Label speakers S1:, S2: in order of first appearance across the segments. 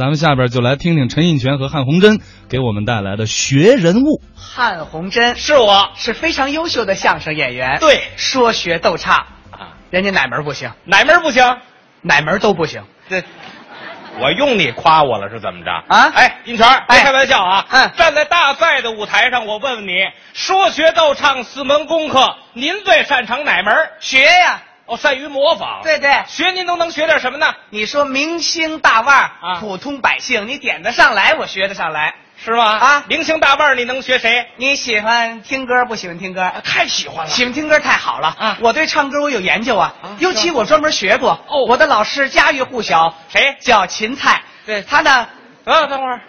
S1: 咱们下边就来听听陈印泉和汉红珍给我们带来的学人物。
S2: 汉红珍
S3: 是我，
S2: 是非常优秀的相声演员，
S3: 对
S2: 说学逗唱
S3: 啊，
S2: 人家哪门儿不行，
S3: 哪门儿不行？
S2: 哪门儿都不行。
S3: 这，我用你夸我了是怎么着？
S2: 啊
S3: 哎，金泉，别
S2: 哎
S3: 开玩笑啊！
S2: 嗯
S3: 站在大赛的舞台上，我问问你，说学逗唱四门功课，您最擅长哪门儿？
S2: 学呀，
S3: 哦，善于模仿。
S2: 对对
S3: 学您都能学点什么呢？
S2: 你说明星大腕儿、
S3: 啊
S2: 普通百姓，你点得上来，我学得上来。
S3: 是吗？
S2: 啊
S3: 明星大腕儿，你能学谁？
S2: 你喜欢听歌不喜欢听歌？
S3: 太喜欢
S2: 喜欢听歌太好了
S3: 啊
S2: 我对唱歌我有研究啊，
S3: 啊
S2: 尤其我专门学过。
S3: 哦
S2: 我的老师家喻户晓，
S3: 谁？
S2: 叫芹菜。
S3: 对
S2: 他呢，
S3: 啊，等会儿，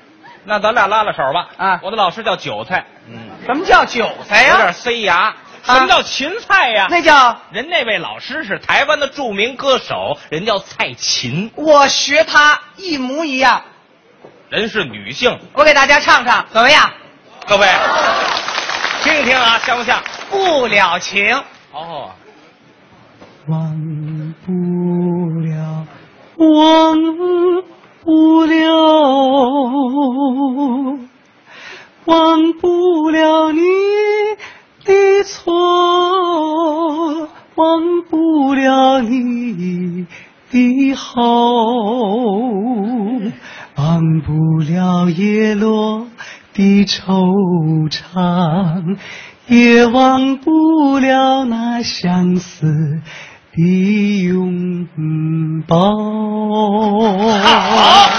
S3: 那咱俩拉拉手吧。
S2: 啊
S3: 我的老师叫韭菜，嗯
S2: 什么叫韭菜
S3: 有点
S2: 呀？啊
S3: 塞牙。什么叫芹菜呀？
S2: 那叫
S3: 人那位老师是台湾的著名歌手，人叫蔡琴，
S2: 我学他一模一样。
S3: 人是女性。
S2: 我给大家唱唱，怎么样？
S3: 各 位，听一听啊，像不像？
S2: 不了情，
S3: 哦，
S2: 忘不了，忘不了，忘不了你的错，忘不了你的好，忘不了叶落的惆怅，也忘不了那相思的拥抱。
S3: 好。哦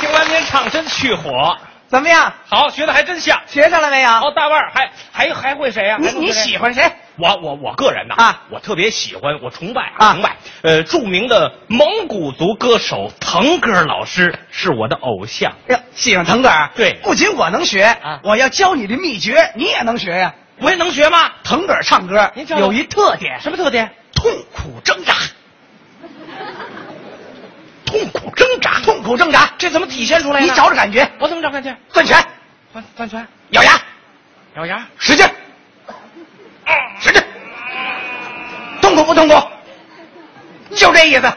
S3: 听完您唱真去火，
S2: 怎么样？
S3: 好，学的还真像。
S2: 学上了没有？
S3: 哦，大腕儿还还还会谁呀、啊
S2: 你
S3: 还能
S2: 你
S3: 会谁
S2: 喜欢谁？哎
S3: 我我我个人呐
S2: 啊
S3: 我特别喜欢，我崇拜
S2: 啊
S3: 崇拜。呃，著名的蒙古族歌手腾格尔老师是我的偶像。
S2: 哟，喜欢腾格尔？
S3: 对
S2: 不仅我能学，
S3: 啊
S2: 我要教你的秘诀，你也能学呀。
S3: 我也能学吗？
S2: 腾格尔唱歌
S3: 您教我
S2: 有一特点，
S3: 什么特点？
S2: 痛苦挣扎，
S3: 痛苦挣扎。
S2: 痛苦挣扎，
S3: 这怎么体现出来呢
S2: 你找找感觉，
S3: 我怎么找看去？
S2: 攥拳，
S3: 翻翻拳，
S2: 咬牙，
S3: 咬牙。
S2: 使劲，使劲，痛苦不痛苦？就这意思。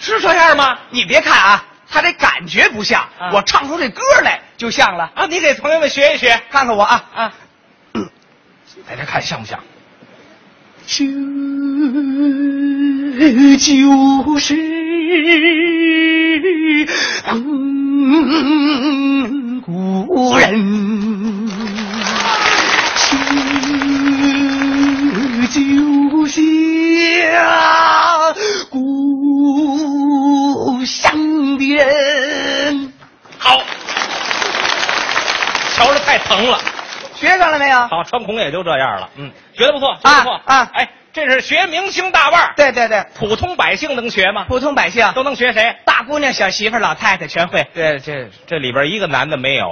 S3: 这是这样吗？
S2: 你别看啊，他这感觉不像，
S3: 啊
S2: 我唱出这歌来就像了。
S3: 啊，你给朋友们学一学
S2: 看看我啊，
S3: 啊，大家看像不像？
S2: 这就是蒙古人，这就像故乡的人。
S3: 好，瞧着太疼了。
S2: 学上了没有？
S3: 好，穿孔也就这样了。嗯，学的不错，学
S2: 啊
S3: 的不错
S2: 啊
S3: 哎，这是学明星大腕儿，
S2: 对对对，
S3: 普通百姓能学吗？
S2: 普通百姓，
S3: 都能学谁？
S2: 大姑娘、小媳妇、老太太全会，
S3: 这这这里边一个男的没有。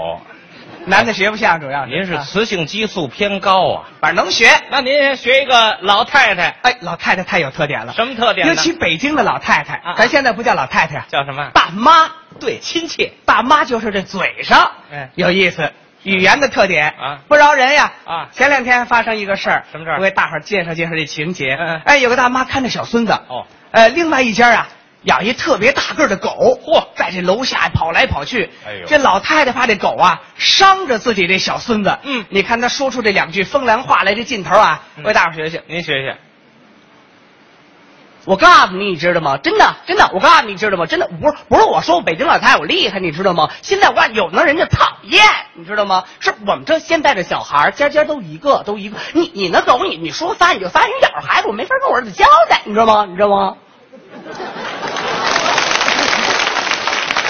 S2: 男的学不像，主要是。
S3: 您是
S2: 啊
S3: 雌性激素偏高啊？
S2: 反正能学。
S3: 那您学一个老太太，
S2: 哎，老太太太有特点了，
S3: 什么特点呢
S2: 尤其北京的老太太，
S3: 啊
S2: 咱现在不叫老太太啊，
S3: 叫什么？
S2: 大妈。
S3: 对，亲切。
S2: 大妈就是这嘴上，
S3: 哎
S2: 有意思，语言的特点
S3: 啊
S2: 不饶人呀
S3: 啊
S2: 前两天发生一个事儿，
S3: 什么事儿
S2: 我给大伙儿介绍介绍这情节。
S3: 嗯嗯
S2: 哎，有个大妈看着小孙子，
S3: 哦，
S2: 呃，另外一家啊养一特别大个儿的狗，嚯，在这楼下跑来跑去。
S3: 哎呦
S2: 这老太太怕这狗啊伤着自己这小孙子，
S3: 嗯
S2: 你看她说出这两句风凉话来，这劲头啊，
S3: 嗯
S2: 我给大伙儿学学。
S3: 您学学。
S2: 我告诉你，你知道吗？真的，真的，我告诉你，你知道吗？真的，不是不是我说我北京老太太我厉害，你知道吗？现在我告诉你有能人家讨厌，你知道吗？是我们这现在这小孩儿家家都一个，都一个。你你那狗，你你说仨你就仨，你咬着孩子，我没法跟我儿子交代，你知道吗？你知道吗？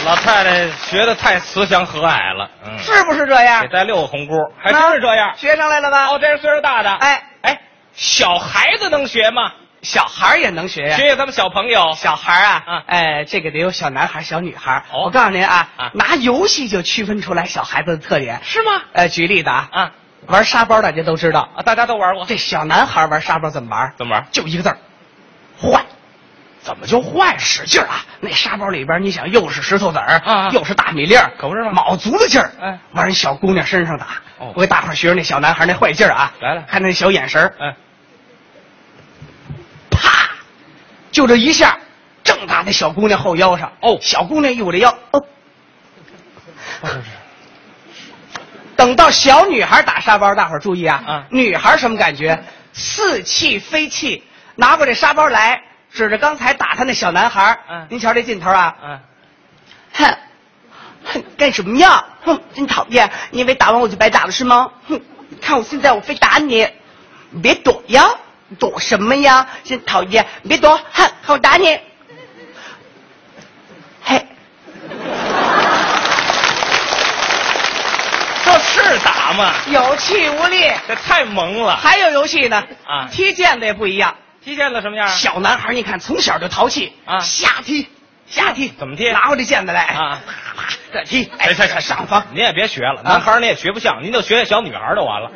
S3: 老太太学的太慈祥和蔼了，嗯，
S2: 是不是这样
S3: 给？带六个红箍，还真是这样。
S2: 学上来了吧？
S3: 哦，这是岁数大的。
S2: 哎
S3: 哎，小孩子能学吗？
S2: 小孩儿也能学呀
S3: 学。学咱们小朋友。
S2: 小孩儿啊
S3: 啊，
S2: 哎，这个得有小男孩儿、小女孩儿。
S3: 哦
S2: 我告诉您啊
S3: 啊
S2: 拿游戏就区分出来小孩子的特点。
S3: 是吗？
S2: 呃，举例子啊，
S3: 啊
S2: 玩沙包大家都知道，
S3: 啊，大家都玩过。
S2: 这小男孩玩沙包怎么玩？
S3: 怎么玩？
S2: 就一个字儿，坏。怎么就坏？使劲儿啊！那沙包里边，你想又是石头子儿，
S3: 啊啊
S2: 又是大米粒儿，
S3: 可不是吗
S2: 卯足了劲儿，
S3: 哎
S2: 往人小姑娘身上打。
S3: 哦
S2: 我给大伙儿学学那小男孩那坏劲儿啊！
S3: 来了
S2: 看那小
S3: 嗯
S2: 眼神儿，
S3: 哎，
S2: 啪，就这一下，正打那小姑娘后腰上。哦，小姑娘一捂这腰，哦，等到小女孩打沙包，大伙儿注意啊！
S3: 啊
S2: 女孩什么感觉？似气非气，拿过这沙包来，指着刚才打她那小男孩。
S3: 嗯
S2: 您瞧这劲头啊！
S3: 嗯，
S2: 哼，哼，干什么呀？哼，真讨厌！你以为打完我就白打了是吗？哼，你看我现在我非打你，你别躲呀，躲什么呀？真讨厌！你别躲，哼，看我打你。嘿，
S3: 这是打吗？
S2: 有气无力。
S3: 这太萌 了！
S2: 还有游戏呢，
S3: 啊
S2: 踢毽子也不一样。
S3: 踢毽子什么样？
S2: 小男孩，你看从小就淘气
S3: 啊
S2: 瞎踢，瞎踢，
S3: 怎么踢
S2: 拿回这毽子来
S3: 啊
S2: 啪啪这踢，哎，
S3: 哎，这这
S2: 上方，
S3: 您也别学了，男孩儿您也学不像，您就学小女孩儿就完了。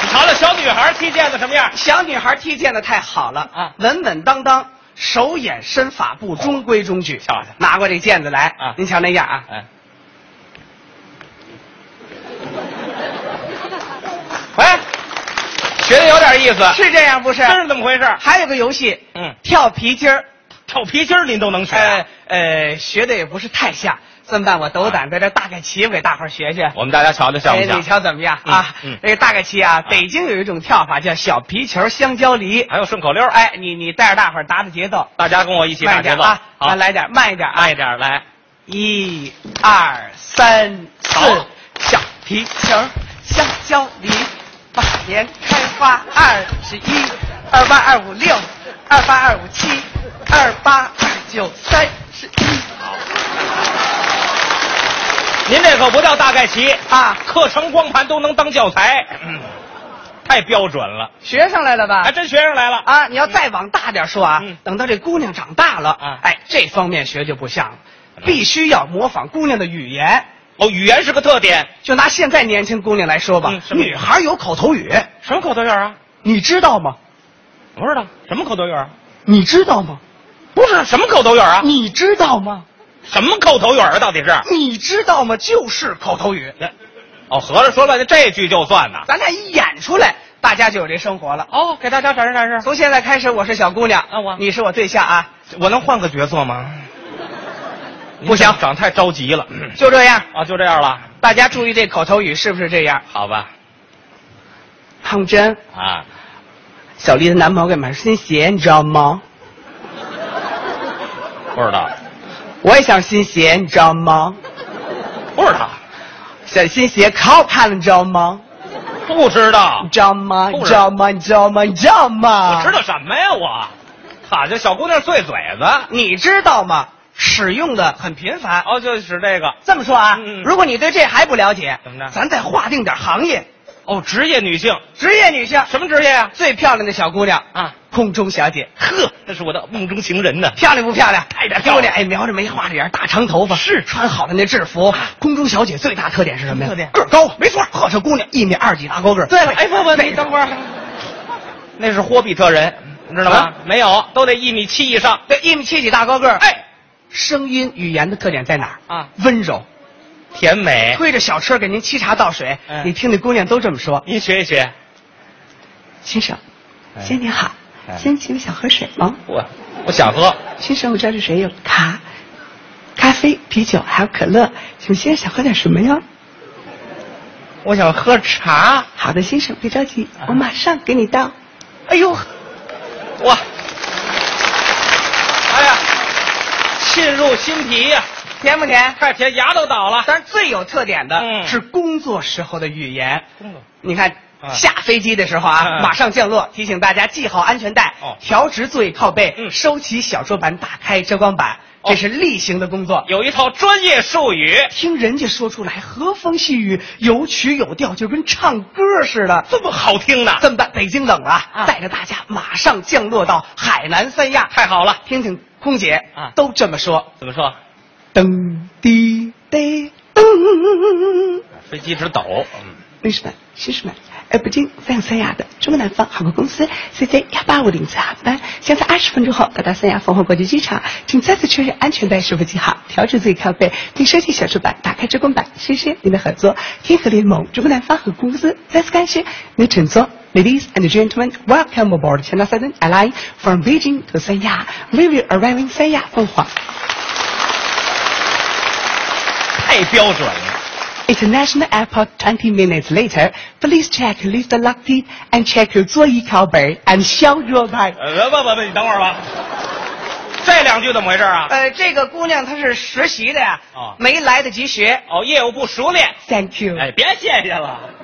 S3: 你瞧瞧小女孩儿踢毽子什么样？
S2: 小女孩踢毽子太好了
S3: 啊
S2: 稳稳当当，手眼身法步中规中矩。
S3: 瞧瞧
S2: 拿过这毽子来
S3: 啊
S2: 您瞧那样啊，
S3: 哎，哎，学的有点意思，
S2: 是这样不是？
S3: 真是这么回事儿。
S2: 还有个游戏，
S3: 嗯，
S2: 跳皮筋儿，
S3: 跳皮筋儿您都能学啊、
S2: 呃呃，学的也不是太像。这么办？我斗胆在这大概齐，我给大伙儿学学。
S3: 我们大家瞧瞧像不
S2: 哎，
S3: 像？
S2: 你瞧怎么样啊？
S3: 嗯嗯
S2: 这个大概齐啊，北京有一种跳法叫小皮球香蕉梨。
S3: 还有顺口溜儿，
S2: 哎，你你带着大伙儿打打节奏，
S3: 大家跟我一起
S2: 慢
S3: 打
S2: 一
S3: 节
S2: 点
S3: 奏，
S2: 啊，
S3: 好，
S2: 咱来点慢一点啊
S3: 慢，一点儿来。
S2: 一、二、三、四
S3: 好，
S2: 小皮球香蕉梨，八年开花二十一，二八二五六，二八二五七，二八二九三十一
S3: 您这可不叫大概齐，
S2: 啊，
S3: 课程光盘都能当教材，嗯太标准了，
S2: 学上来了吧？
S3: 还真学生来了。
S2: 啊，你要再往大点说啊，
S3: 哎嗯
S2: 等到这姑娘长大了，
S3: 啊嗯
S2: 哎，这方面学就不像了，必须要模仿姑娘的语言。
S3: 哦，语言是个特点，
S2: 就拿现在年轻姑娘来说吧，
S3: 嗯什么
S2: 女孩有口头语，
S3: 什么口头语啊？
S2: 你知道吗？
S3: 我不知道什么口头语啊？
S2: 你知道吗？
S3: 不是什么口头语啊？
S2: 你知道吗？
S3: 什么口头语啊？到底是？
S2: 你知道吗？就是口头语，
S3: 哦，合着说半天这句就算呐？
S2: 咱俩一演出来，大家就有这生活了。
S3: 哦，给大家展示展示。
S2: 从现在开始，我是小姑娘，
S3: 啊我
S2: 你是我对象啊，
S3: 我能换个角色吗？
S2: 不行
S3: 长太着急了。嗯
S2: 就这样。
S3: 啊，就这样了，
S2: 大家注意这口头语是不是这样？
S3: 好吧？
S2: 胖珍，
S3: 啊，
S2: 小丽的男朋友给买双新鞋，你知道吗？
S3: 不知道，
S2: 我也想新鞋，你知道吗？
S3: 不知道，
S2: 想新鞋可好看了，你知道吗？
S3: 不知道
S2: 你。知道吗？你
S3: 不
S2: 知
S3: 知
S2: 道
S3: 道
S2: 吗？你知道吗？你知道吗？
S3: 我知。道什么呀？我，好这小姑娘碎嘴子，
S2: 你知道吗？使用的很频繁。
S3: 哦，就是这个，
S2: 这么说啊，
S3: 嗯嗯
S2: 如果你对这还不了解，
S3: 怎么着
S2: 咱再划定点行业，
S3: 哦，职业女性，
S2: 职业女性，
S3: 什么职业啊？
S2: 最漂亮的小姑娘，
S3: 啊，
S2: 空中小姐，
S3: 呵，那是我的梦中情人呢。
S2: 漂亮不漂亮？
S3: 太漂亮
S2: 姑娘，哎，描着眉，画着眼，大长头发，是穿好了那制服。空中小姐最大特点是什么呀？
S3: 特点
S2: 个儿高，没错，呵，这姑娘一米二几，大高个儿。
S3: 对了，哎，不不，
S2: 那
S3: 你等会儿，那是霍比特人，知道吗
S2: 啊？
S3: 没有，都得一米七以上。
S2: 对，一米七几大高个儿，
S3: 哎，
S2: 声音语言的特点在哪儿
S3: 啊？
S2: 温柔，
S3: 甜美，
S2: 推着小车给您沏茶倒水。
S3: 嗯
S2: 你听那姑娘都这么说，
S3: 您学一学。
S4: 先生，
S3: 哎
S4: 先你好，
S3: 哎
S4: 先请我想喝水吗？
S3: 我我想喝，
S4: 先生，我这儿的水有咖、咖啡、啤酒，还有可乐。请问先生想喝点什么呀？
S3: 我想喝茶。
S4: 好的，先生，别着急
S3: 啊，
S4: 我马上给你倒。
S3: 哎呦，我，哎呀，沁入心脾呀、
S2: 甜不甜？
S3: 太甜，牙都倒了。
S2: 当然，最有特点的
S3: 嗯
S2: 是工作时候的语言。
S3: 工作
S2: 你看，
S3: 啊
S2: 下飞机的时候啊，
S3: 嗯
S2: 马上降落，提醒大家系好安全带
S3: 哦，
S2: 调直座椅靠背，
S3: 嗯
S2: 收起小桌板，打开遮光板，
S3: 哦
S2: 这是例行的工作。
S3: 有一套专业术语，
S2: 听人家说出来，和风细雨，有曲有调，就跟唱歌似的。
S3: 这么好听呢。
S2: 这么办？北京冷了，带着大家马上降落到海南三亚，
S3: 啊太好了，
S2: 听听空姐
S3: 啊
S2: 都这么说。
S3: 怎么说？
S2: 噔滴滴，
S4: 噔，
S3: 飞机直抖。嗯，
S4: 女士们、先生们，呃，北京飞向三亚的中国南方航空公司 CC 幺八五零次航班将在二十分钟后到达三亚凤凰国际机场，请再次确认安全带是否系好，调整自己靠背，并收起小桌板，打开遮光板。谢谢您的合作，天河联盟中国南方航空公司再次感谢您的乘坐。
S2: Ladies and gentlemen, welcome aboard China Southern Airlines from Beijing to Sanya. We will arrive in Sanya, 凤凰
S3: 太标准了。
S2: International Airport 20 minutes later. Please check lift lock seat and check your 座椅靠背 and show your bag.
S3: 呃，不不不，你等会儿吧。这两句怎么回事啊？
S5: 呃，Uh, 这个姑娘她是实习的呀，
S3: 哦
S5: 没来得及学。
S3: 哦，业务不熟练。
S2: Thank you.
S3: 哎，别谢谢了。